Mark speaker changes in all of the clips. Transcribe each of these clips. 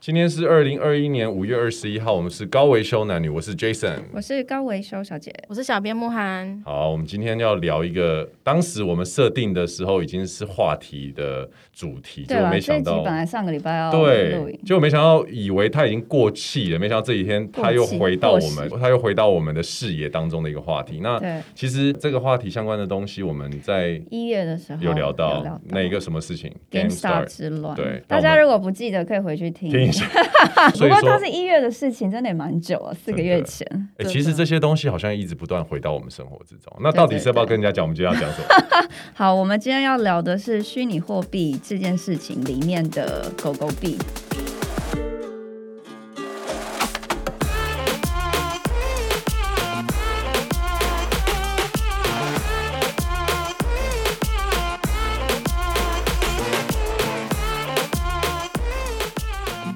Speaker 1: 今天是二零二一年五月二十一号，我们是高维修男女，我是 Jason。
Speaker 2: 我是高维修小姐，
Speaker 3: 我是小编慕涵，
Speaker 1: 好，我们今天要聊一个，当时我们设定的时候已经是话题的主题，结
Speaker 2: 对
Speaker 1: 果
Speaker 2: 了，
Speaker 1: 没
Speaker 2: 这
Speaker 1: 想
Speaker 2: 一集
Speaker 1: 到
Speaker 2: 本，来上个礼拜要录
Speaker 1: 对
Speaker 2: 影，，
Speaker 1: 结果没想到以为它已经过气了，没想到这几天它又
Speaker 2: 过气
Speaker 1: 回到
Speaker 2: 过
Speaker 1: 我们
Speaker 2: 时，
Speaker 1: 它又回到我们的视野当中的一个话题。那
Speaker 2: 对，
Speaker 1: 其实这个话题相关的东西，我们在
Speaker 2: 一月的时候
Speaker 1: 有聊
Speaker 2: 有
Speaker 1: 到那一个什么事情
Speaker 2: GameStar 之乱，
Speaker 1: 对
Speaker 2: 大
Speaker 1: 那我
Speaker 2: 家
Speaker 1: 们
Speaker 2: 如果不记得，可以回去听。
Speaker 1: 听 一下。
Speaker 2: 不
Speaker 1: 所以
Speaker 2: 过
Speaker 1: 说
Speaker 2: 它，是一月的事情，真的也蛮久了，四个月前。
Speaker 1: 哎，
Speaker 3: 真
Speaker 1: 其实
Speaker 3: 的
Speaker 1: 这些东西好像一直不断回到我们生活之中。那
Speaker 2: 对
Speaker 1: 到底
Speaker 2: 对
Speaker 1: 是要不要
Speaker 2: 对
Speaker 1: 跟人家讲我们今天要讲什么？
Speaker 2: 好，我们今天要聊的是虚拟货币这件事情里面的狗狗币。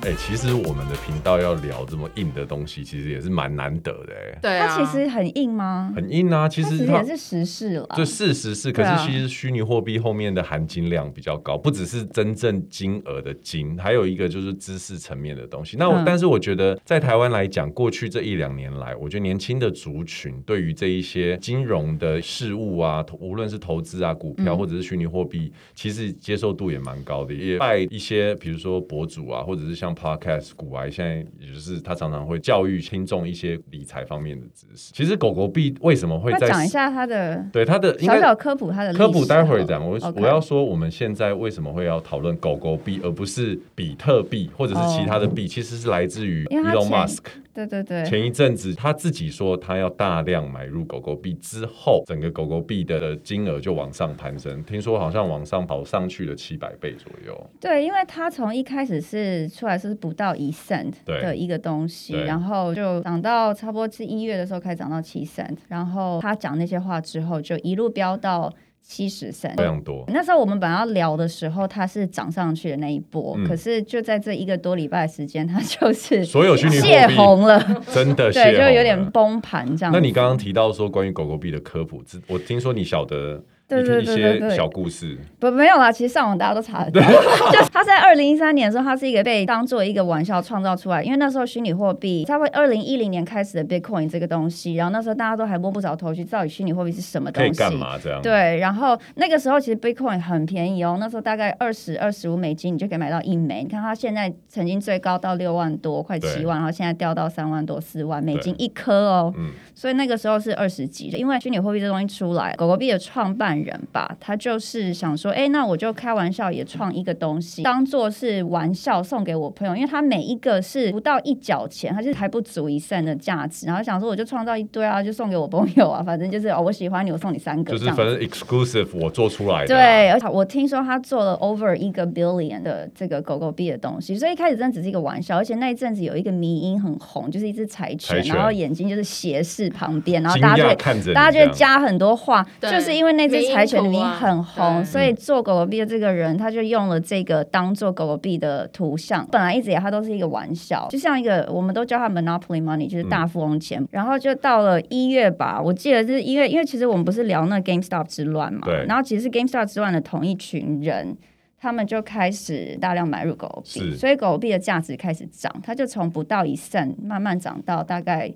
Speaker 1: 哎、其实我们的频道要聊这么硬的东西，其实也是蛮难得的、哎，
Speaker 3: 对啊，
Speaker 2: 它其实很硬吗？
Speaker 1: 很硬啊。其
Speaker 2: 它其
Speaker 1: 实
Speaker 2: 实
Speaker 1: 它
Speaker 2: 也是时事了。
Speaker 1: 就事实是，可
Speaker 2: 对啊
Speaker 1: 是其实虚拟货币后面的含金量比较高，不只是真正金额的金，还有一个就是知识层面的东西。那我、
Speaker 2: 嗯
Speaker 1: 但是我觉得在台湾来讲，过去这一两年来，我觉得年轻的族群对于这一些金融的事物啊，投无论是投资啊、股票
Speaker 2: 嗯
Speaker 1: 或者是虚拟货币，其实接受度也蛮高的。也拜一些比如说博主啊，或者是像 podcast 股癌，现在也就是他常常会教育听众一些理财方面的知识。其实狗狗币为什么会
Speaker 2: 那
Speaker 1: 在
Speaker 2: 讲一下它的
Speaker 1: 对它的应
Speaker 2: 小
Speaker 1: 该
Speaker 2: 小科普，它的历史
Speaker 1: 科普待会儿
Speaker 2: 好了
Speaker 1: 讲，我
Speaker 2: OK
Speaker 1: 我要说我们现在为什么会要讨论狗狗币，而不是比特币或者是其他的币，其实是来自于
Speaker 2: 哦因为它
Speaker 1: Elon
Speaker 2: 前
Speaker 1: Musk
Speaker 2: 对对对，
Speaker 1: 前一阵子他自己说他要大量买入狗狗币之后，整个狗狗币的金额就往上攀升，听说好像往上跑上去了七百倍左右。
Speaker 2: 对，因为它从一开始是出来是不到一 cent
Speaker 1: 对
Speaker 2: 的一个东西，
Speaker 1: 对
Speaker 2: 然后就涨到差不多是一月的时候开始涨到七 cent，然后他讲那些话之后就一路飙到七十 cent
Speaker 1: 非。常多，
Speaker 2: 那时候我们本来要聊的时候，它是涨上去的那一波，
Speaker 1: 嗯
Speaker 2: 可是就在这一个多礼拜的时间，它就是
Speaker 1: 所有虚拟
Speaker 2: 泄
Speaker 1: 货币
Speaker 2: 洪了，
Speaker 1: 真的
Speaker 2: 对，
Speaker 1: 泄
Speaker 2: 就
Speaker 1: 洪
Speaker 2: 有
Speaker 1: 了
Speaker 2: 点崩盘这样子。
Speaker 1: 那你刚刚提到说关于狗狗币的科普，知我听说你晓得
Speaker 2: 对
Speaker 1: 一
Speaker 2: 对
Speaker 1: 一
Speaker 2: 对对
Speaker 1: 些
Speaker 2: 对
Speaker 1: 小故事，
Speaker 2: 不，没有啦，其实上网大家都查得 到。 就是他在二零一三年的时候，他是一个被当做一个玩笑创造出来，因为那时候虚拟货币，差不多二零一零年开始的 Bitcoin 这个东西，然后那时候大家都还摸不着头绪，到底虚拟货币是什么
Speaker 1: 可以
Speaker 2: 东西。
Speaker 1: 干嘛这样？
Speaker 2: 对，然后那个时候其实 Bitcoin 很便宜哦，那时候大概二十二十五美金你就可以买到一枚。你看它现在曾经最高到六万多，快
Speaker 1: 对
Speaker 2: 七万，然后现在掉到三万多、四万美金
Speaker 1: 对
Speaker 2: 一颗哦。
Speaker 1: 嗯
Speaker 2: 所以那个时候是二十几的，因为虚拟货币这东西出来，狗狗币的创办人吧，他就是想说，哎，那我就开玩笑也创一个东西，当做是玩笑送给我朋友，因为他每一个是不到一角钱，他就是还不足一胜的价值，然后想说我就创造一堆啊，就送给我朋友啊，反正就是哦，我喜欢你，我送你三个，
Speaker 1: 就是
Speaker 2: 这样
Speaker 1: 反
Speaker 2: 子
Speaker 1: 正 exclusive 我做出来的、啊
Speaker 2: 对，，而且我听说他做了 over 一个 billion 的这个狗狗币的东西，所以一开始真的只是一个玩笑，而且那一阵子有一个迷音很红，就是一只柴犬，
Speaker 1: 柴犬
Speaker 2: 然后眼睛就是斜视旁边，然后
Speaker 1: 惊
Speaker 2: 大家就
Speaker 1: 讶
Speaker 2: 会
Speaker 1: 看着你
Speaker 2: 大家就
Speaker 1: 这
Speaker 2: 会
Speaker 1: 样
Speaker 2: 加很多话，
Speaker 3: 对
Speaker 2: 就是因为那只柴犬的
Speaker 3: 迷
Speaker 2: 名
Speaker 3: 因图啊
Speaker 2: 很红，
Speaker 3: 对
Speaker 2: 所以做狗狗币的这个人他就用了这个当做狗狗币的图像。本来一直以来它都是一个玩笑，就像一个我们都叫它 monopoly money，就是大富翁
Speaker 1: 嗯
Speaker 2: 钱。然后就到了一月吧，我记得是一月，因为其实我们不是聊那个 GameStop 之乱嘛
Speaker 1: 对，
Speaker 2: 然后其实是 GameStop 之乱的同一群人。他们就开始大量买入狗狗币，
Speaker 1: 是
Speaker 2: 所以狗狗币的价值开始涨，它就从不到一 cent 慢慢涨到大概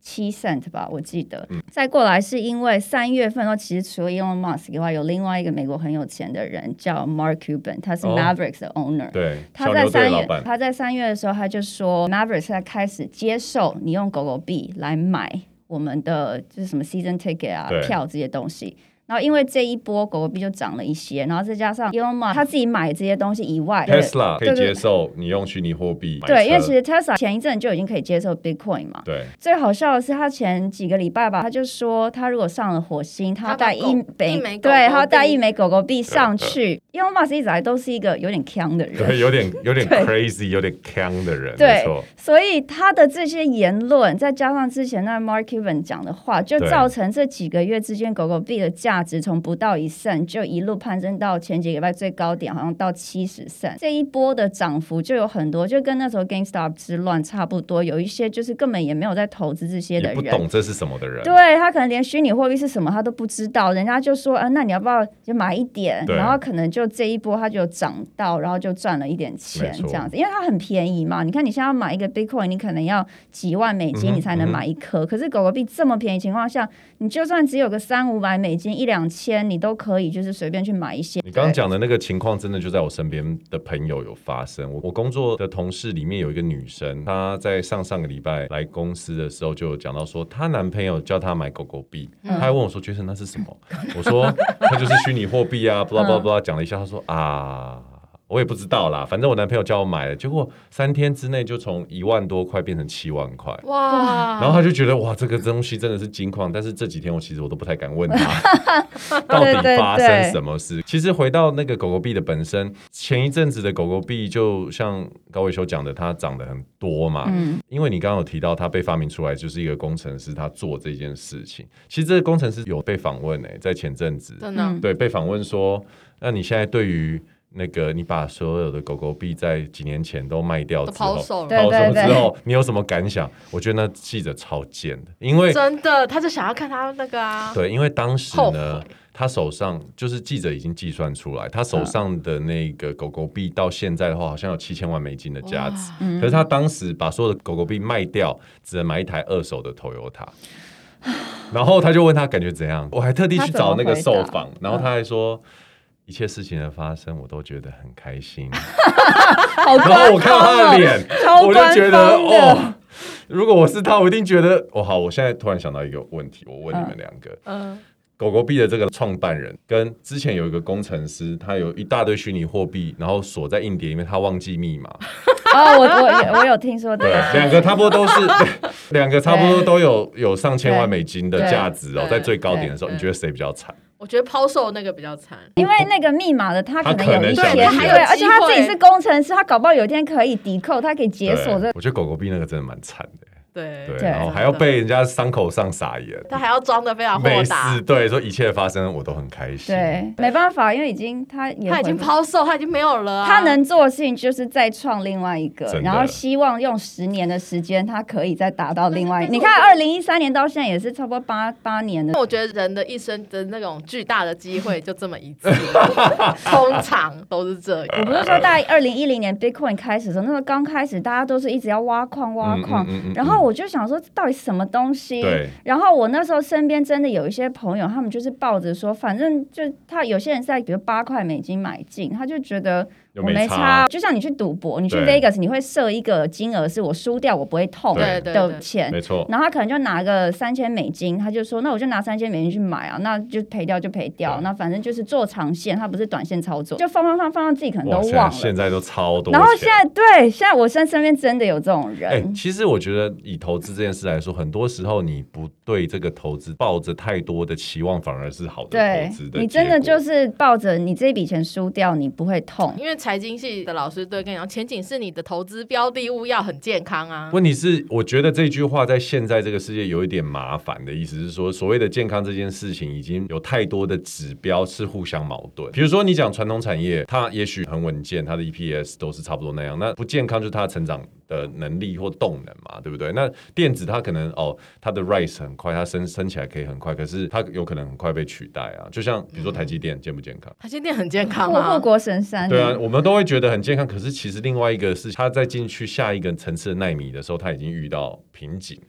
Speaker 2: 七 cent 吧，我记得。
Speaker 1: 嗯
Speaker 2: 再过来是因为三月份的时候，其实除了 Elon Musk 以外，有另外一个美国很有钱的人叫 Mark Cuban，他是
Speaker 1: 哦
Speaker 2: Mavericks 的 owner。
Speaker 1: 对，
Speaker 2: 他
Speaker 1: 小
Speaker 2: 在
Speaker 1: 牛队
Speaker 2: 三
Speaker 1: 老
Speaker 2: 月
Speaker 1: 板，
Speaker 2: 他在三月的时候，他就说 Mavericks 在开始接受你用狗狗币来买我们的就是什么 season ticket 啊
Speaker 1: 对、
Speaker 2: 票这些东西。然后因为这一波狗狗币就涨了一些，然后再加上 Elon Musk 他自己买这些东西以外
Speaker 1: Tesla 可
Speaker 2: 对
Speaker 1: 以
Speaker 2: 对
Speaker 1: 接受你用虚拟货币买车，
Speaker 2: 对，因为其实 Tesla 前一阵就已经可以接受 Bitcoin 嘛，
Speaker 1: 对
Speaker 2: 最好笑的是，他前几个礼拜吧，他就说他如果上了火星，他要带
Speaker 3: 他把狗
Speaker 2: 枚，
Speaker 3: 一枚狗狗
Speaker 2: 对，
Speaker 3: 币
Speaker 2: 他要带一枚狗狗币上去。因为 Musk 一直以来都是一个有点强的人，
Speaker 1: 对，有点有点
Speaker 2: 对
Speaker 1: crazy，有点坑的人，没
Speaker 2: 对
Speaker 1: 错，
Speaker 2: 所以他的这些言论，再加上之前那 Mark Cuban 讲的话，就
Speaker 1: 对
Speaker 2: 造成这几个月之间狗狗币的价价值从不到一 cent 就一路攀升到前几个礼拜最高点，好像到七十 cent。这一波的涨幅就有很多，就跟那时候 GameStop 之乱差不多。有一些就是根本也没有在投资这些的
Speaker 1: 也不
Speaker 2: 人，
Speaker 1: 懂这是什么的人，
Speaker 2: 对他可能连虚拟货币是什么他都不知道，人家就说，啊，那你要不要就买一点？
Speaker 1: 对
Speaker 2: 然后可能就这一波他就涨到，然后就赚了一点钱
Speaker 1: 没错
Speaker 2: 这样子，因为它很便宜嘛。你看你现在要买一个 Bitcoin，你可能要几万美
Speaker 1: 嗯
Speaker 2: 金
Speaker 1: 哼
Speaker 2: 你才能
Speaker 1: 嗯哼
Speaker 2: 买一颗，可是狗狗币这么便宜情况下，你就算只有个三五百美金一两千，你都可以就是随便去买一些。
Speaker 1: 你刚刚
Speaker 2: 对
Speaker 1: 讲的那个情况，真的就在我身边的朋友有发生。我我工作的同事里面有一个女生，她在上上个礼拜来公司的时候就有讲到说，她男朋友叫她买狗狗币，
Speaker 2: 嗯
Speaker 1: 她还问我说：“Jason，那是什么？”我说：“那就是虚拟货币啊，blah blah blah。”讲了
Speaker 2: 嗯
Speaker 1: 一下，她说：“啊。”我也不知道啦，反正我男朋友叫我买了，结果三天之内就从一万多块变成七万块，
Speaker 2: 嗯
Speaker 1: 然
Speaker 3: 哇，
Speaker 1: 后他就觉得哇，这个东西真的是金矿。但是这几天我其实我都不太敢问他到底发生什么事。其实回到那个狗狗币的本身，前一阵子的狗狗币就像高伟修讲的，它涨得很多嘛。
Speaker 2: 嗯
Speaker 1: 因为你刚刚有提到，它被发明出来就是一个工程师他做这件事情。其实这个工程师有被访问诶、在前阵子，
Speaker 3: 真的
Speaker 2: 嗯
Speaker 1: 对，被访问说，那你现在对于那个你把所有的狗狗币在几年前都卖掉
Speaker 3: 都
Speaker 1: 之后
Speaker 3: 抛，售了，
Speaker 2: 对
Speaker 1: 抛售之后，你有什么感想？我觉得那记者超贱的，因为
Speaker 3: 真的，他就想要看他那个啊，
Speaker 1: 对，因为当时
Speaker 3: 后
Speaker 1: 呢
Speaker 3: 悔，嗯
Speaker 1: 他手上就是记者已经计算出来，他手上的那个狗狗币到现在的话，好像有七千万美金的价值。
Speaker 3: 哇
Speaker 2: 嗯
Speaker 1: 可是他当时把所有的狗狗币卖掉，只能买一台二手的 Toyota。然后他就问他感觉怎样，我还特地去找那个受
Speaker 2: 他怎么
Speaker 1: 访
Speaker 2: 回答，嗯
Speaker 1: 然后他还说。一切事情的发生，我都觉得很开心。
Speaker 2: 好
Speaker 1: 然后我
Speaker 2: 官
Speaker 1: 看到他
Speaker 2: 方
Speaker 1: 的
Speaker 2: 哦，
Speaker 1: 脸，
Speaker 2: 超
Speaker 1: 我就觉得
Speaker 2: 官方的，
Speaker 1: 哦，如果我是他，我一定觉得哦好。我现在突然想到一个问题，我问你们两个：
Speaker 3: 嗯，
Speaker 1: 狗狗币的这个创办人跟之前有一个工程师，他有一大堆虚拟货币，然后锁在硬碟里面，他忘记密码。
Speaker 2: 哦，我我我有听说
Speaker 1: 对
Speaker 2: 这个事，，
Speaker 1: 两个差不多都 是，对两个差不多都有有上千万
Speaker 2: 啊对
Speaker 1: 美金的价值哦，
Speaker 3: 对
Speaker 1: 在最高点的时候，
Speaker 3: 对
Speaker 1: 你觉得谁比较惨？
Speaker 3: 我觉得抛售那个比较惨，
Speaker 2: 因为那个密码的他可能有一些
Speaker 1: 他可能想
Speaker 2: 对，
Speaker 1: 得起来
Speaker 2: 而且他自己是工程师，他搞不好有一天可以抵扣，他可以解锁
Speaker 1: 对
Speaker 2: 这。
Speaker 1: 我觉得狗狗币那个真的蛮惨的，
Speaker 3: 对
Speaker 1: 对，
Speaker 2: 对
Speaker 1: 然后还要被人家伤口上撒盐。
Speaker 3: 他还要装的非常
Speaker 1: 没
Speaker 3: 豁
Speaker 1: 事
Speaker 3: 达，，
Speaker 1: 对，说一切发生我都很开心。嗯
Speaker 2: 对，没办法，因为已经他也
Speaker 3: 他已经
Speaker 2: 回不，
Speaker 3: 抛售，他已经没有了啊，
Speaker 2: 他能做的事情就是再创另外一个
Speaker 1: 真的，
Speaker 2: 然后希望用十年的时间，他可以再达到另外一。
Speaker 3: 但是
Speaker 2: 你看，二零一三年到现在也是差不多八八年的
Speaker 3: 那。我觉得人的一生的那种巨大的机会就这么一次， 通常都是这
Speaker 2: 我
Speaker 3: 样。
Speaker 2: 不是说在二零一零年 Bitcoin 开始的时候，那时候刚开始，大家都是一直要挖矿挖
Speaker 1: 嗯
Speaker 2: 矿，
Speaker 1: 嗯嗯嗯
Speaker 2: 然后我就想说，这到底什么东西？
Speaker 1: 对
Speaker 2: 然后我那时候身边真的有一些朋友，他们就是抱着说，反正就他有些人是在比如八块美金买进，他就觉得
Speaker 1: 又
Speaker 2: 我
Speaker 1: 没
Speaker 2: 没
Speaker 1: 差
Speaker 2: 就像你去赌博，你去
Speaker 1: 对
Speaker 2: Vegas 你会设一个金额是我输掉我不会痛
Speaker 1: 对
Speaker 3: 对对
Speaker 2: 的钱。
Speaker 1: 没错，
Speaker 2: 然后他可能就拿个三千美金，他就说：“那我就拿三千美金去买啊，那就赔掉就赔掉，
Speaker 1: 对
Speaker 2: 那反正就是做长线，他不是短线操作，就放放放放到自己可能
Speaker 1: 哇
Speaker 2: 嗯都
Speaker 1: 塞
Speaker 2: 忘
Speaker 1: 现
Speaker 2: 了。
Speaker 1: 在都超多钱。
Speaker 2: 然后现在对，现在我身身边真的有这种人，
Speaker 1: 哎、其实我觉得以投资这件事来说，很多时候你不对这个投资抱着太多的期望，反而是好的
Speaker 2: 对
Speaker 1: 投资的
Speaker 2: 你真的
Speaker 1: 结果
Speaker 2: 就是抱着你这笔钱输掉，你不会痛。
Speaker 3: 因为财经系的老师都会跟你讲，前景是你的投资标的物要很健康啊。
Speaker 1: 问题是，我觉得这句话在现在这个世界有一点麻烦的意思是说，所谓的健康这件事情，已经有太多的指标是互相矛盾。比如说，你讲传统产业，它也许很稳健，它的 EPS 都是差不多那样，那不健康就是它的成长的能力或动能嘛，对不对？那电子它可能哦，它的 rise 很快，它升升起来可以很快，可是它有可能很快被取代啊。就像比如说台积电健不健康？
Speaker 3: 他今天很健康
Speaker 2: 护护
Speaker 3: 啊，
Speaker 2: 国神山，
Speaker 1: 对啊，我们都会觉得很健康，可是其实另外一个是，它在进去下一个层次的纳米的时候，它已经遇到瓶颈。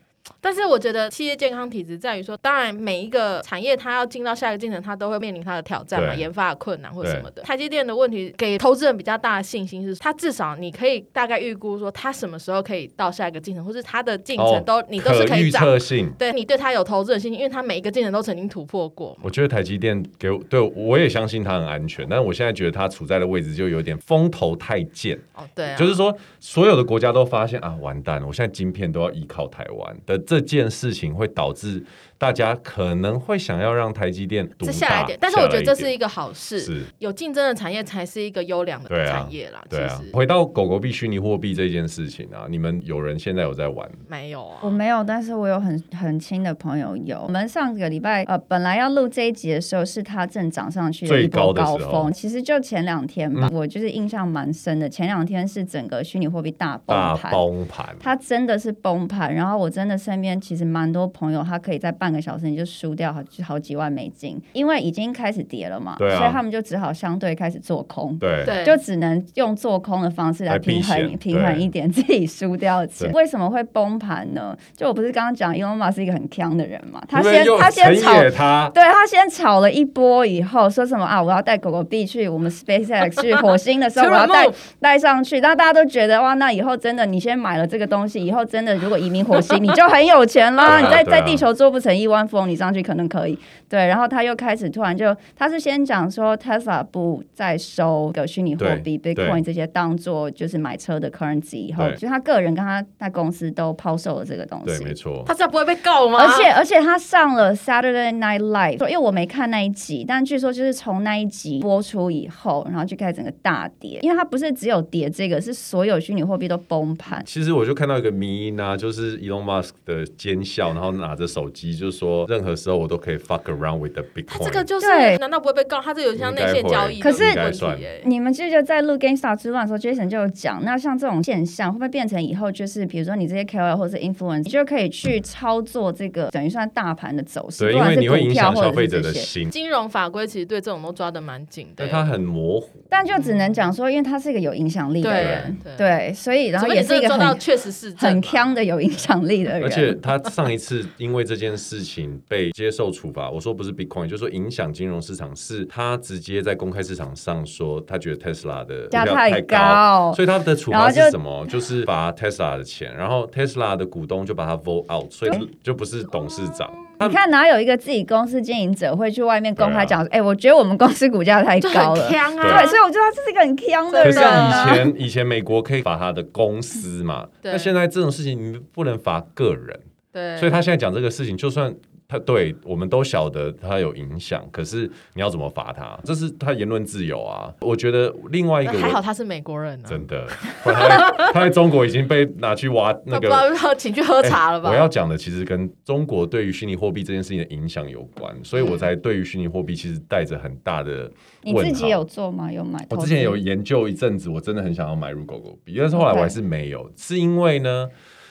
Speaker 3: 但是我觉得企业健康体质在于说，当然每一个产业它要进到下一个进程，它都会面临它的挑战嘛，
Speaker 1: 对
Speaker 3: 研发的困难或
Speaker 1: 对
Speaker 3: 什么的。台积电的问题给投资人比较大的信心是，它至少你可以大概预估说它什么时候可以到下一个进程，或是它的进
Speaker 1: 哦
Speaker 3: 程都、你都是
Speaker 1: 可
Speaker 3: 以
Speaker 1: 预
Speaker 3: 掌
Speaker 1: 测性。
Speaker 3: 对你对他有投资的信心，因为他每一个进程都曾经突破过。
Speaker 1: 我觉得台积电给我对我也相信它很安全，但是我现在觉得它处在的位置就有点风头太健，
Speaker 3: 哦，对啊，
Speaker 1: 就是说所有的国家都发现啊，完蛋了，我现在晶片都要依靠台湾的这件事情会导致大家可能会想要让台积电独
Speaker 3: 这
Speaker 1: 大
Speaker 3: 下来一点，但是我觉得这
Speaker 1: 下
Speaker 3: 是
Speaker 1: 来一
Speaker 3: 一个好事，
Speaker 1: 点是
Speaker 3: 有竞争的产业才是一个优良的
Speaker 1: 对啊
Speaker 3: 产业啦。
Speaker 1: 对啊
Speaker 3: 其。实
Speaker 1: 回到狗狗币虚拟货币这件事情啊，你们有人现在有在玩？
Speaker 3: 没有啊
Speaker 2: 我，没有，但是我有很很亲的朋友有。我们上个礼拜呃，本来要录这一集的时候，是它正涨上去的
Speaker 1: 最
Speaker 2: 一波
Speaker 1: 高的
Speaker 2: 高
Speaker 1: 时候嗯
Speaker 2: 峰。其实就前两天吧，我就是印象蛮深的。前两天是整个虚拟货币大崩
Speaker 1: 大
Speaker 2: 盘。
Speaker 1: 崩盘，
Speaker 2: 它真的是崩盘，然后我真的身边其实蛮多朋友，他可以在半个小时你就输掉好好几万美金，因为已经开始跌了嘛，
Speaker 1: 对啊
Speaker 2: 所以他们就只好相对开始做空。
Speaker 1: 对
Speaker 3: 对，
Speaker 2: 就只能用做空的方式来
Speaker 1: 来避
Speaker 2: 平衡
Speaker 1: 险
Speaker 2: 平衡
Speaker 1: 对
Speaker 2: 一点自 己输掉的钱。
Speaker 1: 对
Speaker 2: 为什么会崩盘呢？就我不是刚刚讲 Elon Musk 是一个很强的人嘛，他
Speaker 1: 因为
Speaker 2: 先
Speaker 1: 又
Speaker 2: 他先
Speaker 1: 成
Speaker 2: 炒。
Speaker 1: 也他，
Speaker 2: 对他先炒了一波以后，说什么啊，我要带狗狗币去我们 SpaceX 去火星的时 候，
Speaker 3: Turan
Speaker 2: 我要带
Speaker 3: move
Speaker 2: 带上去。那大家都觉得哇，那以后真的你先买了这个东西，以后真的如果移民火星，你就很有钱啦。
Speaker 1: 对啊
Speaker 2: 你在
Speaker 1: 对啊
Speaker 2: 在地球做不成亿万富翁，你上去可能可以。对，然后他又开始突然就，他是先讲说 Tesla 不再收个虚拟货币
Speaker 1: 对对
Speaker 2: Bitcoin 这些当做就是买车的 currency 以后，
Speaker 1: 对
Speaker 2: 就他个人跟他他公司都抛售了这个东
Speaker 1: 对，
Speaker 2: 西。
Speaker 1: 没错
Speaker 3: 他，这样不会被告吗？
Speaker 2: 而且而且他上了 Saturday Night Live，因为我没看那一集，但据说就是从那一集播出以后，然后就开始整个大跌，因为它不是只有跌这个，是所有虚拟货币都崩盘。
Speaker 1: 其实我就看到一个迷音啊，就是 Elon Musk 的奸笑，然后拿着手机就说，任何时候我都可以 fuck around with the
Speaker 3: 他
Speaker 1: Bitcoin。
Speaker 3: 这个就是
Speaker 2: 对，
Speaker 3: 难道不会被告？他这有点像内线交易
Speaker 1: 应
Speaker 2: 该会可
Speaker 3: 的
Speaker 2: 是
Speaker 3: 问题
Speaker 1: 应该
Speaker 3: 耶。
Speaker 2: 你们记不记得在录 GameStop 之乱的时候，Jason 就有讲，那像这种现象会不会变成以后就是，比如说你这些 KOL 或者 influence，你就可以去操作这个等于算大盘的走势，
Speaker 1: 对，因
Speaker 2: 不管
Speaker 1: 为
Speaker 2: 是
Speaker 1: 你会
Speaker 2: 股
Speaker 1: 影
Speaker 2: 票
Speaker 1: 响消
Speaker 2: 或
Speaker 1: 费
Speaker 2: 者
Speaker 1: 者的
Speaker 2: 是这些。
Speaker 1: 心，
Speaker 3: 金融法规其实对这种都抓的蛮紧的
Speaker 1: 但，它很模糊。
Speaker 2: 但就只能讲说，因为他是一个有影响力的
Speaker 3: 对
Speaker 2: 人，
Speaker 3: 对
Speaker 2: 对，所以然后
Speaker 3: 除非
Speaker 2: 也
Speaker 3: 嗯你
Speaker 2: 是一
Speaker 3: 真
Speaker 2: 个
Speaker 3: 的抓
Speaker 2: 很
Speaker 3: 到确实是啊
Speaker 2: 很
Speaker 3: 强。
Speaker 2: 强的有影响力的人，
Speaker 1: 而且他上一次因为这件事情被接受处罚，我说不是 Bitcoin，就是说影响金融市场，是他直接在公开市场上说他觉得 Tesla 的股
Speaker 2: 价
Speaker 1: 票
Speaker 2: 太
Speaker 1: 太
Speaker 2: 高
Speaker 1: 所以他的处
Speaker 2: 然
Speaker 1: 罚
Speaker 2: 后就是
Speaker 1: 什么？就是罚 Tesla 的钱，然后 Tesla 的股东就把他 vote out，所以就就不是董事长。他
Speaker 2: 你看哪有一个自己公司经营者会去外面公开
Speaker 1: 对啊
Speaker 2: 讲，哎、我觉得我们公司股价太
Speaker 3: 就
Speaker 2: 高了
Speaker 3: 很。强啊！
Speaker 2: 对，所以我觉得他是一个很强的
Speaker 1: 可
Speaker 2: 人、
Speaker 1: 是
Speaker 2: 啊。
Speaker 1: 以前以前美国可以罚他的公司嘛，
Speaker 3: 对
Speaker 1: 那现在这种事情你不能罚个人。
Speaker 3: 对，
Speaker 1: 所以他现在讲这个事情，就算他对我们都晓得他有影响，可是你要怎么罚他？这是他言论自由啊。我觉得另外一个
Speaker 3: 还好
Speaker 1: 我
Speaker 3: 他是美国人呢、啊
Speaker 1: 真的，不然他在他在中国已经被拿去挖那
Speaker 3: 那
Speaker 1: 个
Speaker 3: 不。知道请去喝茶了吧？
Speaker 1: 哎我要讲的其实跟中国对于虚拟货币这件事情的影响有关，所以我才对于虚拟货币其实带着很大的
Speaker 2: 你
Speaker 1: 问
Speaker 2: 自己
Speaker 1: 号
Speaker 2: 有做吗？有买？
Speaker 1: 我
Speaker 2: 投
Speaker 1: 之
Speaker 2: 资
Speaker 1: 前有研究一阵子，我真的很想要买入狗狗币，但是后来
Speaker 2: OK
Speaker 1: 我还是没有，是因为呢，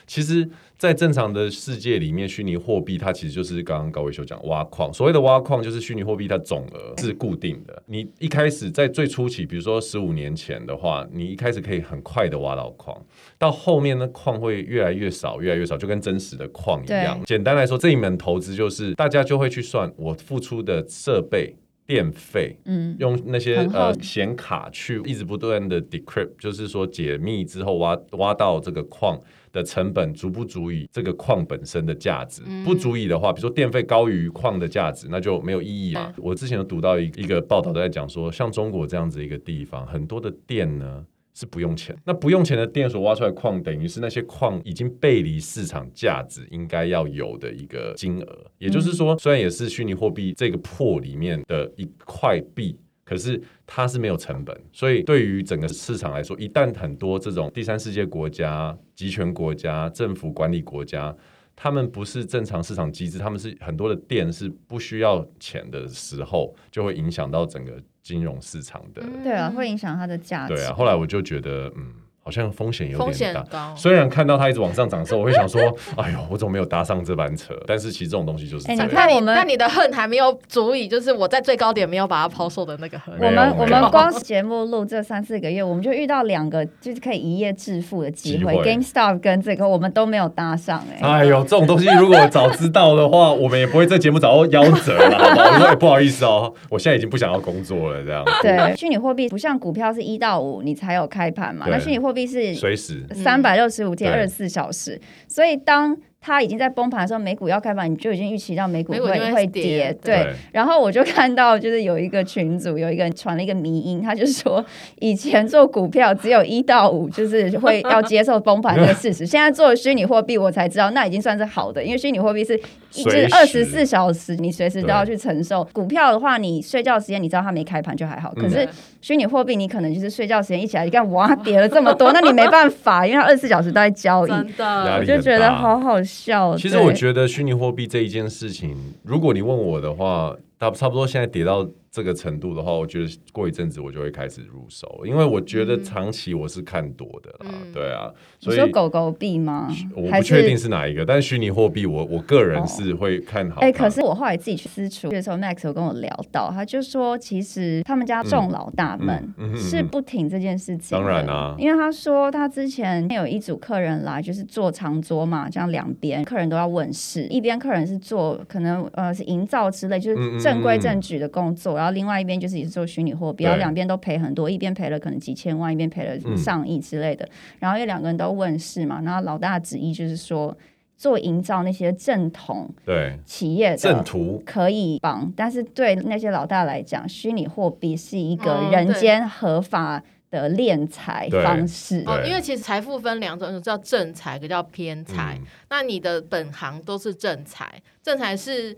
Speaker 1: 其实，在正常的世界里面，虚拟货币它其实就是刚刚高维修讲挖矿，所谓的挖矿就是虚拟货币它总额是固定的，你一开始在最初期，比如说十五年前的话，你一开始可以很快的挖到矿，到后面呢矿会越来越少，越来越少，就跟真实的矿一样。简单来说，这一门投资就是大家就会去算我付出的设备。电费，
Speaker 2: 嗯，
Speaker 1: 用那些
Speaker 2: 很厚
Speaker 1: 呃显卡去一直不断的 decrypt，就是说解密之后挖挖到这个矿的成本足不足以这个矿本身的价值，不足以的话，比如说电费高于矿的价值，那就没有意义嘛。我之前有读到一一个报道在讲说，像中国这样子一个地方，很多的电呢。是不用钱，那不用钱的电所挖出来的矿，等于是那些矿已经背离市场价值应该要有的一个金额。也就是说，虽然也是虚拟货币这个破里面的一块币，可是它是没有成本，所以对于整个市场来说，一旦很多这种第三世界国家、集权国家、政府管理国家，他们不是正常市场机制，他们是很多的店是不需要钱的时候，就会影响到整个金融市场的。
Speaker 3: 嗯
Speaker 2: 对啊，会影响它的价值。
Speaker 1: 对啊，后来我就觉得，嗯，好像风险有
Speaker 3: 风
Speaker 1: 点
Speaker 3: 险
Speaker 1: 大
Speaker 3: 很。高，
Speaker 1: 虽然看到它一直往上涨的时候，我会想说， 哎呦，我怎么没有搭上这班车？但是其实这种东西就是
Speaker 2: 哎
Speaker 1: 这样。
Speaker 2: 你看我们
Speaker 3: 但你的恨还没有足以，就是我在最高点没有把它抛售的那个恨。
Speaker 2: 我
Speaker 1: 没有
Speaker 2: 们我
Speaker 1: 没
Speaker 2: 们
Speaker 1: 有
Speaker 2: 光节目录这三四个月，我们就遇到两个就是可以一夜致富的机会
Speaker 1: 机会
Speaker 2: ，GameStop 跟这个我们都没有搭上哎、
Speaker 1: 哎呦，这种东西如果早知道的话，我们也不会在节目找到夭折了，好不好？我说、哎不好意思哦，我现在已经不想要工作了，这样
Speaker 2: 对，虚拟货币不像股票是一到五你才有开盘嘛，
Speaker 1: 对
Speaker 2: 那虚拟货币是
Speaker 1: 随时
Speaker 2: 三百六十五天
Speaker 1: 对
Speaker 2: 二十四小时，所以当它已经在崩盘的时候，美股要开盘，你就已经预期到美股
Speaker 3: 美股就
Speaker 2: 会
Speaker 3: 会
Speaker 2: 会
Speaker 3: 跌
Speaker 2: 跌，
Speaker 3: 对
Speaker 2: 对。然后我就看到，就是有一个群组，有一个人传了一个迷音，他就说以前做股票只有一到五，就是会要接受崩盘这个事实。现在做虚拟货币，我才知道那已经算是好的，因为虚拟货币是一
Speaker 1: 随
Speaker 2: 直
Speaker 1: 时
Speaker 2: 二十四小时，你随时都要
Speaker 1: 对
Speaker 2: 去承受。股票的话，你睡觉时间你知道它没开盘就还好，可
Speaker 1: 嗯
Speaker 2: 是虚拟货币你可能就是睡觉时间一起来，你看哇跌了这么多，那你没办法，因为它二十四小时都在交易。
Speaker 3: 真
Speaker 1: 压
Speaker 3: 的，
Speaker 2: 我
Speaker 1: 力
Speaker 2: 就
Speaker 1: 很
Speaker 2: 觉得
Speaker 1: 大
Speaker 2: 好好笑哦。
Speaker 1: 其实我
Speaker 2: 对
Speaker 1: 觉得虚拟货币这一件事情，如果你问我的话，差差不多现在跌到这个程度的话，我觉得过一阵子我就会开始入手，因为我觉得长期我是看多的啦，
Speaker 3: 嗯
Speaker 1: 对啊，所
Speaker 2: 嗯你
Speaker 1: 以
Speaker 2: 说狗狗币吗？
Speaker 1: 我
Speaker 2: 还
Speaker 1: 不确
Speaker 2: 是哦
Speaker 1: 定是哪一个，但虚拟货币我我个人是会看好它。
Speaker 2: 哎、可是我后来自己去私厨的时候，Max 有跟我聊到，他就说，其实他们家众老大们
Speaker 1: 嗯嗯嗯嗯嗯
Speaker 2: 是不挺这件事情的、
Speaker 1: 当然啊
Speaker 2: 因为他说他之前有一组客人来，就是坐长桌嘛，这样两边客人都要问事，一边客人是做可能呃是营造之类，就
Speaker 1: 嗯嗯嗯
Speaker 2: 是正规正矩的工作，然后另外一边就是也是做虚拟货币，
Speaker 1: 对
Speaker 2: 然后两边都赔很多，一边赔了可能几千万，一边赔了
Speaker 1: 嗯
Speaker 2: 上亿之类的，然后因为两个人都问事嘛，然后老大的旨意就是说。做营造那些正统
Speaker 1: 对
Speaker 2: 企业的
Speaker 1: 正途
Speaker 2: 可以帮，但是对那些老大来讲，虚拟货币是一个
Speaker 3: 嗯
Speaker 2: 人间合法的敛财
Speaker 1: 对
Speaker 2: 方式。
Speaker 1: 对
Speaker 3: 哦，因为其实财富分两种，一种叫正财，一个叫偏财。
Speaker 1: 嗯
Speaker 3: 那你的本行都是正财，正财是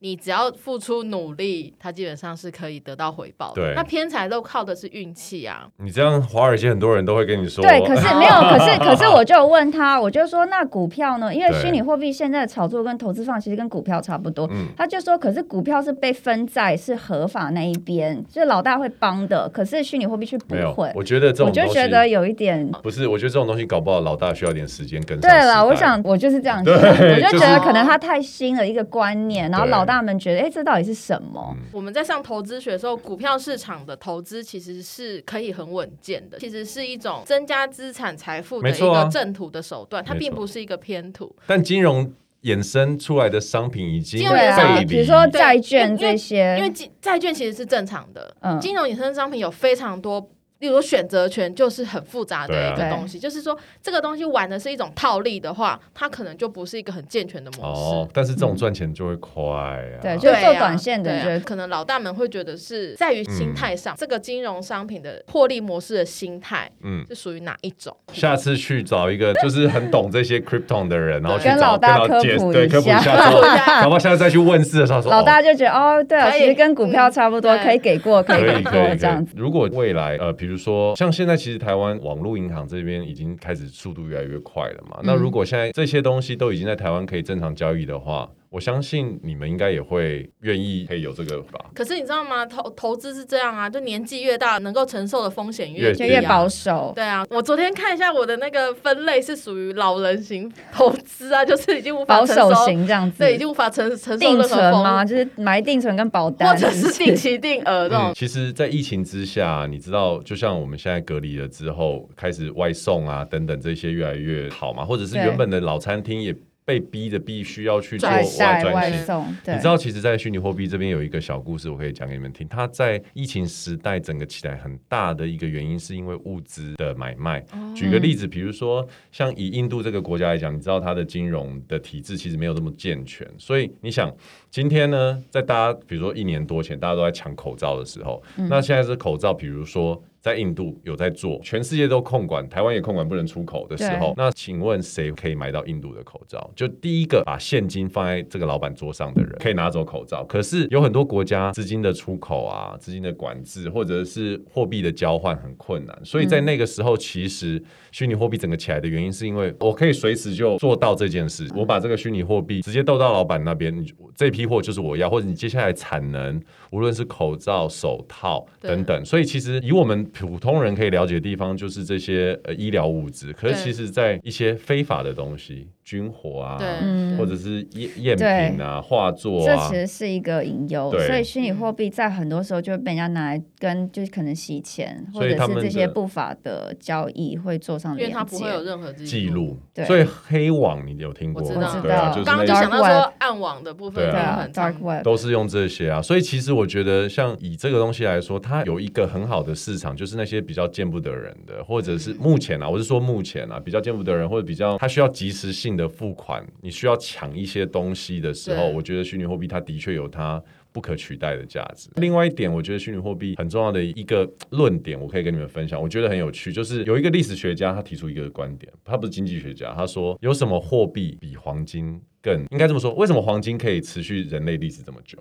Speaker 3: 你只要付出努力，它基本上是可以得到回报的。
Speaker 1: 对
Speaker 3: 那偏财都靠的是运气啊。
Speaker 1: 你这样，华尔街很多人都会跟你说，
Speaker 2: 对，可是没有，可是可是我就问他，我就说那股票呢？因为
Speaker 1: 对
Speaker 2: 虚拟货币现在的炒作跟投资方其实跟股票差不多。
Speaker 1: 嗯
Speaker 2: 他就说，可是股票是被分在是合法那一边，就是老大会帮的，可是虚拟货币却不
Speaker 1: 没有
Speaker 2: 会，。
Speaker 1: 我觉得这
Speaker 2: 我
Speaker 1: 种东
Speaker 2: 就
Speaker 1: 西
Speaker 2: 觉得有一点
Speaker 1: 不是，我觉得这种东西搞不好老大需要点时间跟上
Speaker 2: 对
Speaker 1: 时代
Speaker 2: 啦，我想我就是这样想，我
Speaker 1: 对
Speaker 2: 就
Speaker 1: 就
Speaker 2: 觉
Speaker 1: 是
Speaker 2: 得可能他太新了一个观念，然后
Speaker 1: 对
Speaker 2: 老大们觉得，哎，这到底是什么？
Speaker 3: 我们在上投资学的时候，股票市场的投资其实是可以很稳健的，其实是一种增加资产财富的
Speaker 1: 没
Speaker 3: 一
Speaker 1: 错啊
Speaker 3: 个正途的手段，它
Speaker 1: 没错
Speaker 3: 并不是一个偏途。
Speaker 1: 但金融衍生出来的商品已经
Speaker 3: 金融
Speaker 2: 对
Speaker 3: 衍生
Speaker 2: 啊
Speaker 1: 背
Speaker 3: 背，
Speaker 2: 比如说
Speaker 1: 离。
Speaker 2: 债券这些，
Speaker 3: 因为金债券其实是正常的，
Speaker 2: 嗯
Speaker 3: 金融衍生商品有非常多，例如说选择权就是很复杂
Speaker 1: 对
Speaker 3: 的
Speaker 1: 啊
Speaker 3: 一个东西，就是说这个东西玩的是一种套利的话，它可能就不是一个很健全的模式。
Speaker 1: 哦，但是这种赚钱就会快啊。
Speaker 2: 对就
Speaker 3: 对
Speaker 2: 是
Speaker 3: 啊，
Speaker 2: 做短线的
Speaker 3: 对啊
Speaker 2: 人
Speaker 3: 可能老大们会觉得是在于心态上，这个金融商品的获利模式的心态
Speaker 1: 嗯，
Speaker 3: 是属于哪一 种？
Speaker 1: 下次去找一个就是很懂这些 crypto 的人，然后去
Speaker 2: 跟老
Speaker 1: 找
Speaker 2: 大
Speaker 1: 跟
Speaker 2: 科
Speaker 1: 老解
Speaker 2: 普
Speaker 1: 对
Speaker 2: 一
Speaker 1: 科普
Speaker 2: 下
Speaker 1: 一下， 说，
Speaker 3: 啊
Speaker 1: 搞不好下次再去问世的时候说，
Speaker 2: 老
Speaker 1: 哦
Speaker 2: 大就觉得，哦，对啊，
Speaker 3: 可以
Speaker 2: 其实跟股票差不多，
Speaker 3: 嗯
Speaker 2: 可以给过，可以
Speaker 1: 可以
Speaker 2: 给
Speaker 1: 可以
Speaker 2: 过
Speaker 1: 可以
Speaker 2: 这样子。
Speaker 1: 如果未来呃，比如说像现在，其实台湾网络银行这边已经开始速度越来越快了嘛。
Speaker 2: 嗯
Speaker 1: 那如果现在这些东西都已经在台湾可以正常交易的话，我相信你们应该也会愿意可以有这个吧？
Speaker 3: 可是你知道吗？投投资是这样啊，就年纪越大，能够承受的风险
Speaker 1: 越
Speaker 2: 就
Speaker 3: 低
Speaker 1: 对
Speaker 2: 越
Speaker 3: 啊
Speaker 2: 保守，
Speaker 3: 对啊，我昨天看一下我的那个分类是属于老人型投资啊，就是已经无法
Speaker 2: 保
Speaker 3: 承
Speaker 2: 守
Speaker 3: 受，
Speaker 2: 型这样子。
Speaker 3: 对，已经无法承承受
Speaker 2: 定
Speaker 3: 任何
Speaker 2: 存吗？
Speaker 3: 风，
Speaker 2: 就是买定存跟保单，
Speaker 3: 或者是定期定额这
Speaker 1: 嗯
Speaker 3: 种，。
Speaker 1: 其实，在疫情之下，你知道，就像我们现在隔离了之后，开始外送啊等等这些越来越好嘛，或者是
Speaker 2: 对
Speaker 1: 原本的老餐厅也被逼着必须要去做
Speaker 2: 外
Speaker 3: 转
Speaker 1: 外
Speaker 2: 债、外
Speaker 1: 专
Speaker 3: 型
Speaker 1: 心。
Speaker 2: 送，对
Speaker 1: 你知。道，其实，在虚拟货币这边有一个小故事，我可以讲给你们听。它在疫情时代整个起来很大的一个原因，是因为物资的买卖。
Speaker 2: 哦
Speaker 1: 举个例子，比如说像以印度这个国家来讲，你知道它的金融的体制其实没有这么健全，所以你想，今天呢，在大家比如说一年多前大家都在抢口罩的时候，
Speaker 2: 嗯
Speaker 1: 那现在是口罩，比如说。在印度有在做，全世界都控管，台湾也控管不能出口的时候
Speaker 2: 对，
Speaker 1: 那请问谁可以买到印度的口罩？就第一个把现金放在这个老板桌上的人可以拿走口罩。可是有很多国家资金的出口啊、资金的管制或者是货币的交换很困难，所以在那个时候，其实虚拟货币整个起来的原因，是因为我可以随时就做到这件事，我把这个虚拟货币直接斗到老板那边，你这批货就是我要，或者你接下来产能，无论是口罩、手套
Speaker 3: 对
Speaker 1: 等等。所以其实以我们普通人可以了解的地方，就是这些呃医疗物资，可是
Speaker 3: 对
Speaker 1: 其实在一些非法的东西，军火啊，
Speaker 3: 对，
Speaker 2: 嗯
Speaker 1: 或者是赝赝品啊、画作
Speaker 2: 这
Speaker 1: 啊
Speaker 2: 其，实是一个隐忧，
Speaker 1: 对
Speaker 2: 所以虚拟货
Speaker 3: 嗯
Speaker 2: 币在很多时候就会被人家拿来跟就是可能洗钱，或
Speaker 1: 所以
Speaker 2: 者
Speaker 1: 他
Speaker 2: 是
Speaker 1: 们
Speaker 2: 这
Speaker 1: 的
Speaker 2: 些不法的交易会做上
Speaker 3: 因
Speaker 2: 连
Speaker 3: 为它不会有
Speaker 2: 接。
Speaker 3: 任何记
Speaker 1: 嗯记。录
Speaker 2: 对。
Speaker 1: 所以黑网你有听过
Speaker 3: 我知
Speaker 1: 吗
Speaker 3: 道，
Speaker 1: 对啊，
Speaker 2: 我
Speaker 1: 就
Speaker 2: 知道
Speaker 1: 是那个
Speaker 3: 刚刚就想到
Speaker 2: dark web
Speaker 3: 说暗网的部分
Speaker 1: 对啊
Speaker 3: 真
Speaker 2: 对
Speaker 3: 的
Speaker 2: 啊
Speaker 3: 很常
Speaker 2: ，dark web，
Speaker 1: 都是用这些啊，所以其实我觉得，像以这个东西来说，它有一个很好的市场，就就是那些比较见不得人的，或者是目前啊，我是说目前啊，比较见不得人或者比较他需要及时性的付款，你需要抢一些东西的时候，
Speaker 3: 对
Speaker 1: 我觉得虚拟货币它的确有它。不可取代的价值。另外一点，我觉得虚拟货币很重要的一个论点，我可以跟你们分享，我觉得很有趣，就是有一个历史学家他提出一个观点，他不是经济学家，他说有什么货币比黄金更应该这么说？为什么黄金可以持续人类历史这么久？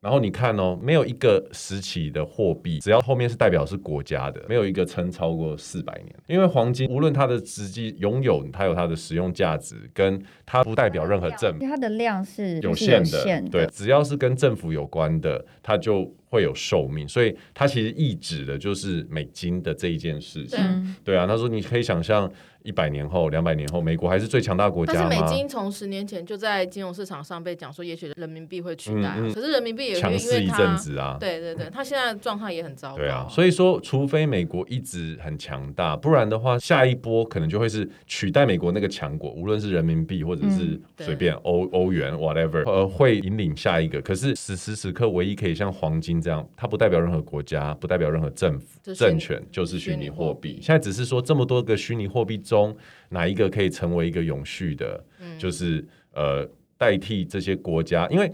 Speaker 1: 然后你看哦，没有一个时期的货币，只要后面是代表是国家的，没有一个撑超过四百年。因为黄金无论它的实际拥有，它有它的使用价值，跟它不代表任何政
Speaker 2: 它的量是
Speaker 1: 有
Speaker 2: 是
Speaker 1: 限的，
Speaker 2: 限
Speaker 1: 对，只要是跟政府有关的，它就会有寿命，所以它其实意指的就是美金的这一件事情。
Speaker 2: 嗯，
Speaker 1: 对啊，他说你可以想象一百年后、两百年后，美国还是最强大国
Speaker 3: 但是
Speaker 1: 家
Speaker 3: 美
Speaker 1: 吗？
Speaker 3: 金从十年前就在金融市场上被讲说，也许人民币会取代啊、
Speaker 1: 嗯嗯
Speaker 3: 可是人民币也
Speaker 1: 强
Speaker 3: 会因
Speaker 1: 势
Speaker 3: 为
Speaker 1: 一
Speaker 3: 它，
Speaker 1: 阵子啊，
Speaker 3: 对对对，它现在状态也很糟糕。
Speaker 1: 对啊，所以说，除非美国一直很强大，不然的话，下一波可能就会是取代美国那个强国，无论是人民币或者是
Speaker 2: 嗯
Speaker 3: 对
Speaker 1: 随便欧欧元 whatever，呃，会引领下一个。可是此时此刻，唯一可以像黄金这样，它不代表任何国家，不代表任何政府
Speaker 3: 就是
Speaker 1: 政权，就是虚拟货币。现在只是说，这么多个虚拟货币中，哪一个可以成为一个永续的，就是呃，代替这些国家，因为。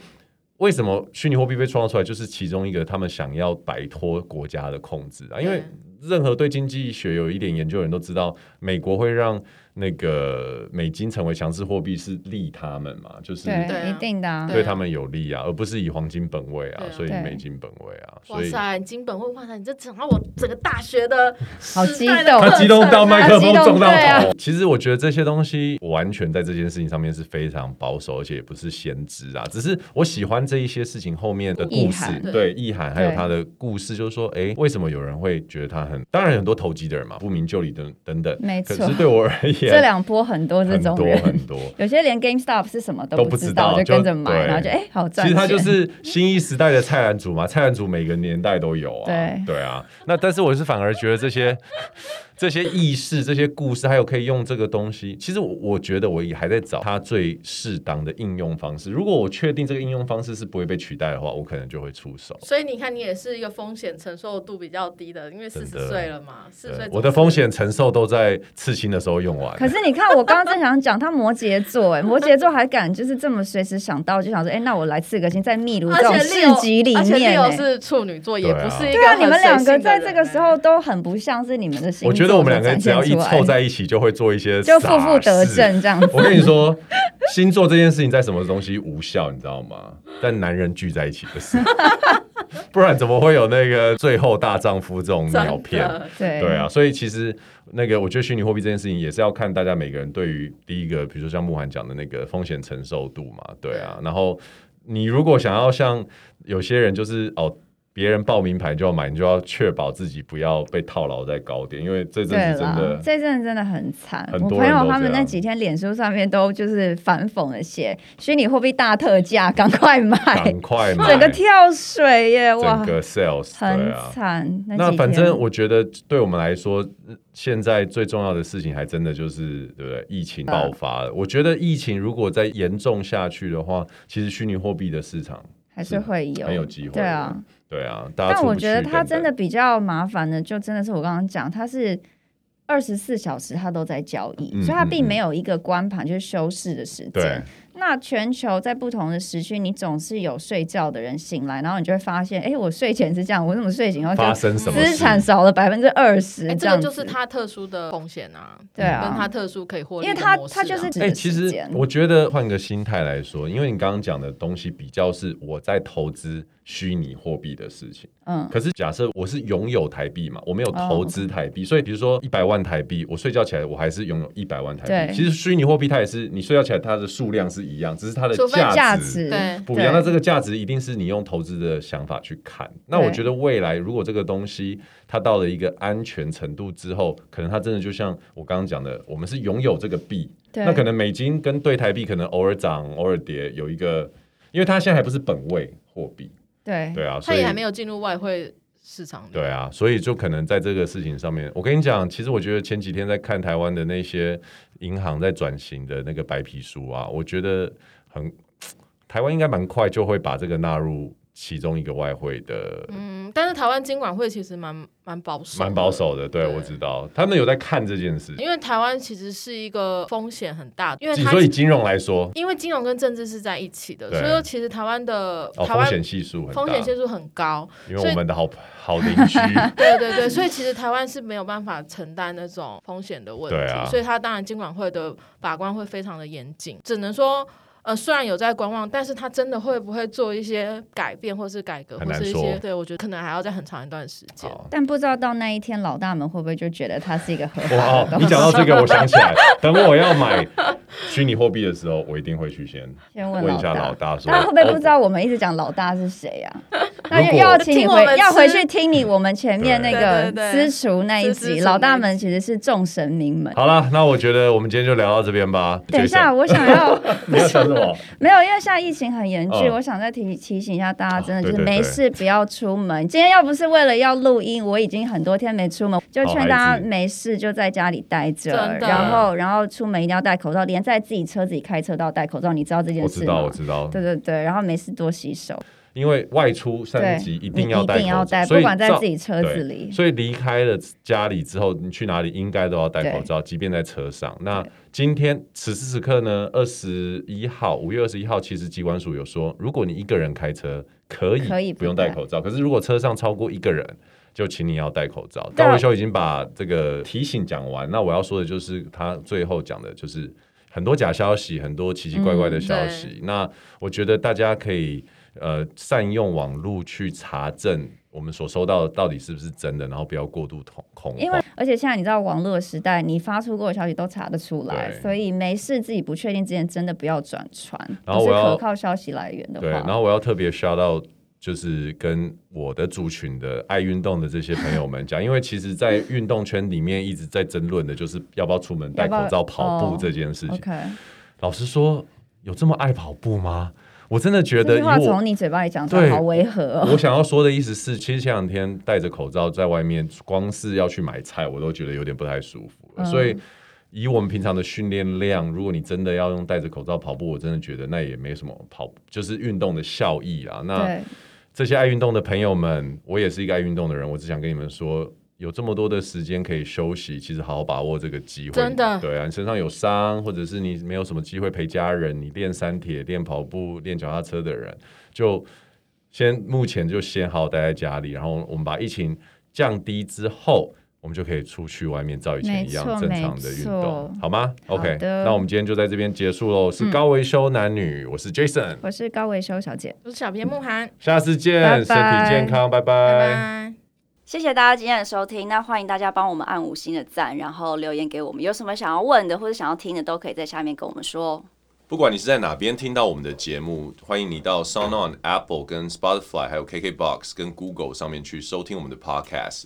Speaker 1: 为什么虚拟货币被创造出来，就是其中一个他们想要摆脱国家的控制啊？因为任何对经济学有一点研究的人都知道，美国会让那个美金成为强势货币是利他们嘛，就是
Speaker 2: 对，
Speaker 3: 对啊
Speaker 2: 一定的、啊
Speaker 3: 对。
Speaker 1: 对他们有利啊，而不是以黄金本位啊，
Speaker 3: 对啊
Speaker 1: 所以
Speaker 2: 对
Speaker 1: 美金本位啊，
Speaker 3: 哇
Speaker 1: 所以
Speaker 3: 塞，你金本位，哇塞，你这整到我整个大学的
Speaker 2: 好
Speaker 3: 时
Speaker 2: 哦激
Speaker 3: 代的
Speaker 2: 动
Speaker 3: 课
Speaker 1: 他激动
Speaker 3: 程
Speaker 1: 到
Speaker 3: 啊
Speaker 1: 麦克风撞到
Speaker 2: 对啊
Speaker 1: 头。其实我觉得这些东西完全在这件事情上面是非常保守，而且也不是先知啊。只是我喜欢这一些事情后面的故
Speaker 2: 意
Speaker 1: 事
Speaker 2: 涵，
Speaker 1: 对意涵还有他的故事，就是说，哎，为什么有人会觉得他很？当然很多投机的人嘛，不明就里等等等。
Speaker 2: 没
Speaker 1: 可
Speaker 2: 错
Speaker 1: 是对我而
Speaker 2: 这
Speaker 1: 言，
Speaker 2: 两波很多这
Speaker 1: 很
Speaker 2: 种
Speaker 1: 多
Speaker 2: 人，
Speaker 1: 很多。
Speaker 2: 有些连 GameStop 是什么都
Speaker 1: 都
Speaker 2: 不
Speaker 1: 不
Speaker 2: 知
Speaker 1: 知道就
Speaker 2: 就跟着买，
Speaker 1: 对
Speaker 2: 然后就哎、好赚
Speaker 1: 其实
Speaker 2: 钱。
Speaker 1: 它就是新一时代的菜篮族嘛， 菜篮族每个年代都有啊。
Speaker 2: 对
Speaker 1: 啊，那但是我是反而觉得这些 这些意识、这些故事，还有可以用这个东西，其实我我觉得我也还在找它最适当的应用方式。如果我确定这个应用方式是不会被取代的话，我可能就会出手。
Speaker 3: 所以你看，你也是一个风险承受度比较低的，因为四
Speaker 1: 真
Speaker 3: 十
Speaker 1: 的
Speaker 3: 岁了嘛，四十岁
Speaker 1: 对
Speaker 3: 总
Speaker 1: 我的
Speaker 3: 是
Speaker 1: 风险承受都在刺青的时候用完。
Speaker 2: 可是你看，我刚刚正想讲，他摩羯座， 哎，摩羯座还敢就是这么随时想到，就想说，哎，那我来刺个星，在秘鲁这种
Speaker 3: 而且
Speaker 2: 市
Speaker 3: Leo-
Speaker 2: 集里
Speaker 3: 而且
Speaker 2: 面，
Speaker 3: Leo
Speaker 2: 哎，
Speaker 3: 是处女座，
Speaker 1: 对
Speaker 3: 也
Speaker 1: 啊
Speaker 3: 不是一
Speaker 2: 对
Speaker 3: 个
Speaker 2: 啊，
Speaker 3: 很
Speaker 2: 你们两
Speaker 3: 随
Speaker 2: 个
Speaker 3: 性的
Speaker 2: 在
Speaker 3: 人
Speaker 2: 这个时候都很不像是你们的星座
Speaker 1: 我觉得我们两个
Speaker 2: 所
Speaker 1: 只要一
Speaker 2: 展现出来
Speaker 1: 凑在一起，就会做一些
Speaker 2: 就负负
Speaker 1: 傻
Speaker 2: 得
Speaker 1: 事
Speaker 2: 正这样子。
Speaker 1: 我跟你说，星座这件事情在什么东西无效，你知道吗？在男人聚在一起的时候，不然怎么会有那个最后大丈夫这种
Speaker 3: 真
Speaker 1: 鸟嗯片？
Speaker 3: 的
Speaker 2: 对
Speaker 1: 对啊，所以其实那个，我觉得虚拟货币这件事情也是要看大家每个人对于第一个，比如说像慕涵讲的那个风险承受度嘛，对啊。然后你如果想要像有些人就是哦，别人报名牌就要买，你就要确保自己不要被套牢在高点，因为这阵
Speaker 2: 对
Speaker 1: 子真
Speaker 2: 啦
Speaker 1: 的，
Speaker 2: 这阵子真的很惨。
Speaker 1: 很
Speaker 2: 我
Speaker 1: 多
Speaker 2: 朋
Speaker 1: 人
Speaker 2: 友
Speaker 1: 都
Speaker 2: 他
Speaker 1: 这
Speaker 2: 们那
Speaker 1: 样
Speaker 2: 几天脸书上面都就是反讽的写虚拟货币大特价，赶快买，
Speaker 1: 赶快买
Speaker 2: 哎整个跳水耶，哇
Speaker 1: 整，个 sales 对
Speaker 2: 很
Speaker 1: 啊。
Speaker 2: 惨。
Speaker 1: 那
Speaker 2: 几
Speaker 1: 反
Speaker 2: 天
Speaker 1: 正我觉得，对我们来说，呃现在最重要的事情还真的就是，对不对？疫情爆发了，我觉得疫情如果再严重下去的话，其实虚拟货币的市场，
Speaker 2: 还
Speaker 1: 是
Speaker 2: 是会有，
Speaker 1: 很有机会
Speaker 2: 对啊，
Speaker 1: 对啊，大家
Speaker 2: 但
Speaker 1: 出不
Speaker 2: 我
Speaker 1: 去
Speaker 2: 觉得它
Speaker 1: 等等
Speaker 2: 真的比较麻烦的，就真的是我刚刚讲，它是二十四小时它都在交易，
Speaker 1: 嗯
Speaker 2: 所以它并
Speaker 1: 嗯嗯
Speaker 2: 没有一个关盘就是休市的时
Speaker 1: 对
Speaker 2: 间。那全球在不同的时区，你总是有睡觉的人醒来，然后你就会发现，哎，我睡前是这样，我怎么睡醒后就
Speaker 1: 发生什么
Speaker 2: 资产
Speaker 1: 事？
Speaker 2: 少了百分之二十
Speaker 3: 哎，
Speaker 2: 这
Speaker 3: 这
Speaker 2: 样
Speaker 3: 个
Speaker 2: 子？
Speaker 3: 就是它特殊的风险啊，
Speaker 2: 对
Speaker 3: 跟它
Speaker 2: 啊，
Speaker 3: 特殊可以获利
Speaker 2: 因
Speaker 3: 的
Speaker 2: 为
Speaker 3: 模式啊，
Speaker 2: 它它就是指
Speaker 1: 哎、
Speaker 2: 的
Speaker 1: 其
Speaker 2: 时
Speaker 1: 实
Speaker 2: 间
Speaker 1: 我觉得换个心态来说，因为你刚刚讲的东西比较是我在投资虚拟货币的事情。
Speaker 2: 嗯，
Speaker 1: 可是假设我是拥有台币嘛，我没有
Speaker 2: 哦
Speaker 1: 投资台币，所以比如说一百万台币，我睡觉起来我还是拥有一百万台币。
Speaker 2: 对
Speaker 1: 其实虚拟货币它也是，你睡觉起来它的数量是一样，只是它的
Speaker 3: 除非
Speaker 1: 价
Speaker 2: 价
Speaker 1: 值。
Speaker 2: 值
Speaker 3: 对
Speaker 1: 不一样，那这个价值一定是你用投资的想法去看。那我觉得未来如果这个东西它到了一个安全程度之后，可能它真的就像我刚刚讲的，我们是拥有这个币，
Speaker 2: 对
Speaker 1: 那可能美金跟对台币可能偶尔涨偶尔跌，有一个，因为它现在还不是本位货币，
Speaker 2: 对
Speaker 1: 对啊，所
Speaker 3: 它
Speaker 1: 以
Speaker 3: 也还没有进入外汇市场。
Speaker 1: 对啊，所以就可能在这个事情上面，我跟你讲，其实我觉得前几天在看台湾的那些银行在转型的那个白皮书啊，我觉得很台湾应该蛮快就会把这个纳入其中一个外汇的。
Speaker 3: 嗯，但是台湾金管会其实蛮蛮保守，
Speaker 1: 蛮保。守的，对
Speaker 3: 对
Speaker 1: 我知道，他们有在看这件事。
Speaker 3: 嗯因为台湾其实是一个风险很大的，因为它
Speaker 1: 所以金融来说，
Speaker 3: 因为金融跟政治是在一系的，
Speaker 1: 对
Speaker 3: 所以说其实台湾的、
Speaker 1: 哦，
Speaker 3: 台
Speaker 1: 风
Speaker 3: 湾
Speaker 1: 险系数很
Speaker 3: 风险系
Speaker 1: 大，
Speaker 3: 数很高，
Speaker 1: 因
Speaker 3: 所
Speaker 1: 为
Speaker 3: 以
Speaker 1: 我们的好好邻居，
Speaker 3: 对对对，所以其实台湾是没有办法承担那种风险的问题，
Speaker 1: 对啊
Speaker 3: 所以它当然监管会的把关会非常的严谨，只能说。呃，虽然有在观望，但是它真的会不会做一些改变，或是改革，
Speaker 1: 很
Speaker 3: 或
Speaker 1: 难
Speaker 3: 是一
Speaker 1: 说
Speaker 3: 些对我觉得可能还要在很长一段时间。
Speaker 1: 好，
Speaker 2: 但不知道到那一天，老大们会不会就觉得它是一个合
Speaker 1: 哇
Speaker 2: 法的
Speaker 1: 哦，
Speaker 2: 东
Speaker 1: 你
Speaker 2: 西？
Speaker 1: 讲到这个，我想起 来，等我要买虚拟货币的时候，我一定会去先
Speaker 2: 先问
Speaker 1: 问一下老
Speaker 2: 老大。
Speaker 1: 大 说，
Speaker 2: 他会不会不知
Speaker 1: 哦
Speaker 2: 道我们一直讲老大是谁 呀、啊？那
Speaker 1: 如
Speaker 2: 就
Speaker 1: 果
Speaker 2: 要请你
Speaker 3: 听我
Speaker 2: 回
Speaker 3: 们
Speaker 2: 要
Speaker 3: 吃
Speaker 2: 回去听你我们前面那
Speaker 1: 对
Speaker 2: 个
Speaker 3: 对对对
Speaker 2: 私厨那一
Speaker 3: 私私
Speaker 2: 集，
Speaker 3: 厨
Speaker 2: 老大
Speaker 3: 那一
Speaker 2: 们其实是众神明们。
Speaker 1: 好了，那我觉得我们今天就聊到这边吧。
Speaker 2: 等一下，
Speaker 1: Jason，
Speaker 2: 我想 要
Speaker 1: 你要讲什么？
Speaker 2: 没有，因为现在疫情很严峻，
Speaker 1: 嗯啊
Speaker 2: 我想再提提醒一下大家，真的就
Speaker 1: 对对
Speaker 2: 是
Speaker 1: 对
Speaker 2: 没事不要出门。今天要不是为了要录音，我已经很多天没出门，就
Speaker 1: 好孩
Speaker 2: 劝
Speaker 1: 子
Speaker 2: 大家没事就在家里待着
Speaker 3: 真，的
Speaker 2: 然后然后出门一定要戴口罩，连在自己车子里开车都要戴口罩，你知道这件
Speaker 1: 我
Speaker 2: 事
Speaker 1: 知
Speaker 2: 吗？
Speaker 1: 道，我知道，
Speaker 2: 对对对，然后没事多洗手，
Speaker 1: 因为外出
Speaker 2: 对
Speaker 1: 三级一
Speaker 2: 你
Speaker 1: 定要
Speaker 2: 一
Speaker 1: 戴
Speaker 2: 定要
Speaker 1: 口罩，
Speaker 2: 戴，
Speaker 1: 所以
Speaker 2: 不管在
Speaker 1: 照
Speaker 2: 自己车子里。
Speaker 1: 所以离开了家里之后，你去哪里应该都要戴口罩，即便在车上。那今天此时此刻呢，二十一号，五月二十一号，其实机关署有说，如果你一个人开车，可以
Speaker 2: 可以不
Speaker 1: 不用戴
Speaker 2: 戴
Speaker 1: 口罩，可是如果车上超过一个人。就请你要戴口罩。
Speaker 2: 对
Speaker 1: 高维修已经把这个提醒讲完，那我要说的就是他最后讲的就是很多假消息，很多奇奇怪怪的
Speaker 2: 嗯
Speaker 1: 消息。那我觉得大家可以呃善用网络去查证我们所收到的到底是不是真的，然后不要过度恐恐
Speaker 2: 因为
Speaker 1: 慌。
Speaker 2: 而且现在你知道网络的时代，你发出过的消息都查得出来，
Speaker 1: 对
Speaker 2: 所以没事自己不确定之前，真的不要转传。
Speaker 1: 然后
Speaker 2: 不是
Speaker 1: 我要
Speaker 2: 可靠消息来源的话，
Speaker 1: 对，然后我要特别 shout 到。就是跟我的族群的爱运动的这些朋友们讲，因为其实，在运动圈里面一直在争论的就是要不要出门戴
Speaker 2: 要不要
Speaker 1: 口罩跑步
Speaker 2: 哦
Speaker 1: 这件事情。
Speaker 2: OK，
Speaker 1: 老实说，有这么爱跑步吗？我真的觉
Speaker 2: 这
Speaker 1: 得，
Speaker 2: 句
Speaker 1: 以
Speaker 2: 话
Speaker 1: 我
Speaker 2: 从你嘴巴里讲出来，
Speaker 1: 对
Speaker 2: 好违和
Speaker 1: 我
Speaker 2: 哦。
Speaker 1: 想要说的意思是，其实前两天戴着口罩在外面，光是要去买菜，我都觉得有点不太舒服了。
Speaker 2: 嗯
Speaker 1: 所以，以我们平常的训练量，如果你真的要用戴着口罩跑步，我真的觉得那也没什么跑，就是运动的效益啦。那
Speaker 2: 对，
Speaker 1: 这些爱运动的朋友们，我也是一个爱运动的人，我只想跟你们说。有这么多的时间可以休息，其实好好把握这个机会。
Speaker 3: 真的
Speaker 1: 对啊，你身上有伤，或者是你没有什么机会陪家人，你练山铁、练跑步、练脚踏车的人，就先目前就先好好待在家里，然后我们把疫情降低之后，我们就可以出去外面照以前一样
Speaker 2: 没错
Speaker 1: 正常的运
Speaker 2: 没
Speaker 1: 动
Speaker 2: 错，
Speaker 1: 好吗
Speaker 2: 好
Speaker 1: ？OK，
Speaker 2: 的
Speaker 1: 那我们今天就在这边结束喽。我是高维修男女，我是 Jason，
Speaker 2: 我是高维修小姐。
Speaker 3: 我是小编慕涵，
Speaker 1: 下次见，
Speaker 2: 拜拜
Speaker 1: 身体健康，拜
Speaker 3: 拜
Speaker 1: 拜。
Speaker 3: 拜。
Speaker 4: 谢谢大家今天的收听，那欢迎大家帮我们按五星的赞，然后留言给我们，有什么想要问的或者想要听的，都可以在下面跟我们说哦。
Speaker 1: 不管你是在哪边听到我们的节目，欢迎你到 SoundOn、Apple、跟 Spotify、还有 KKBox、跟 Google 上面去收听我们的 Podcast。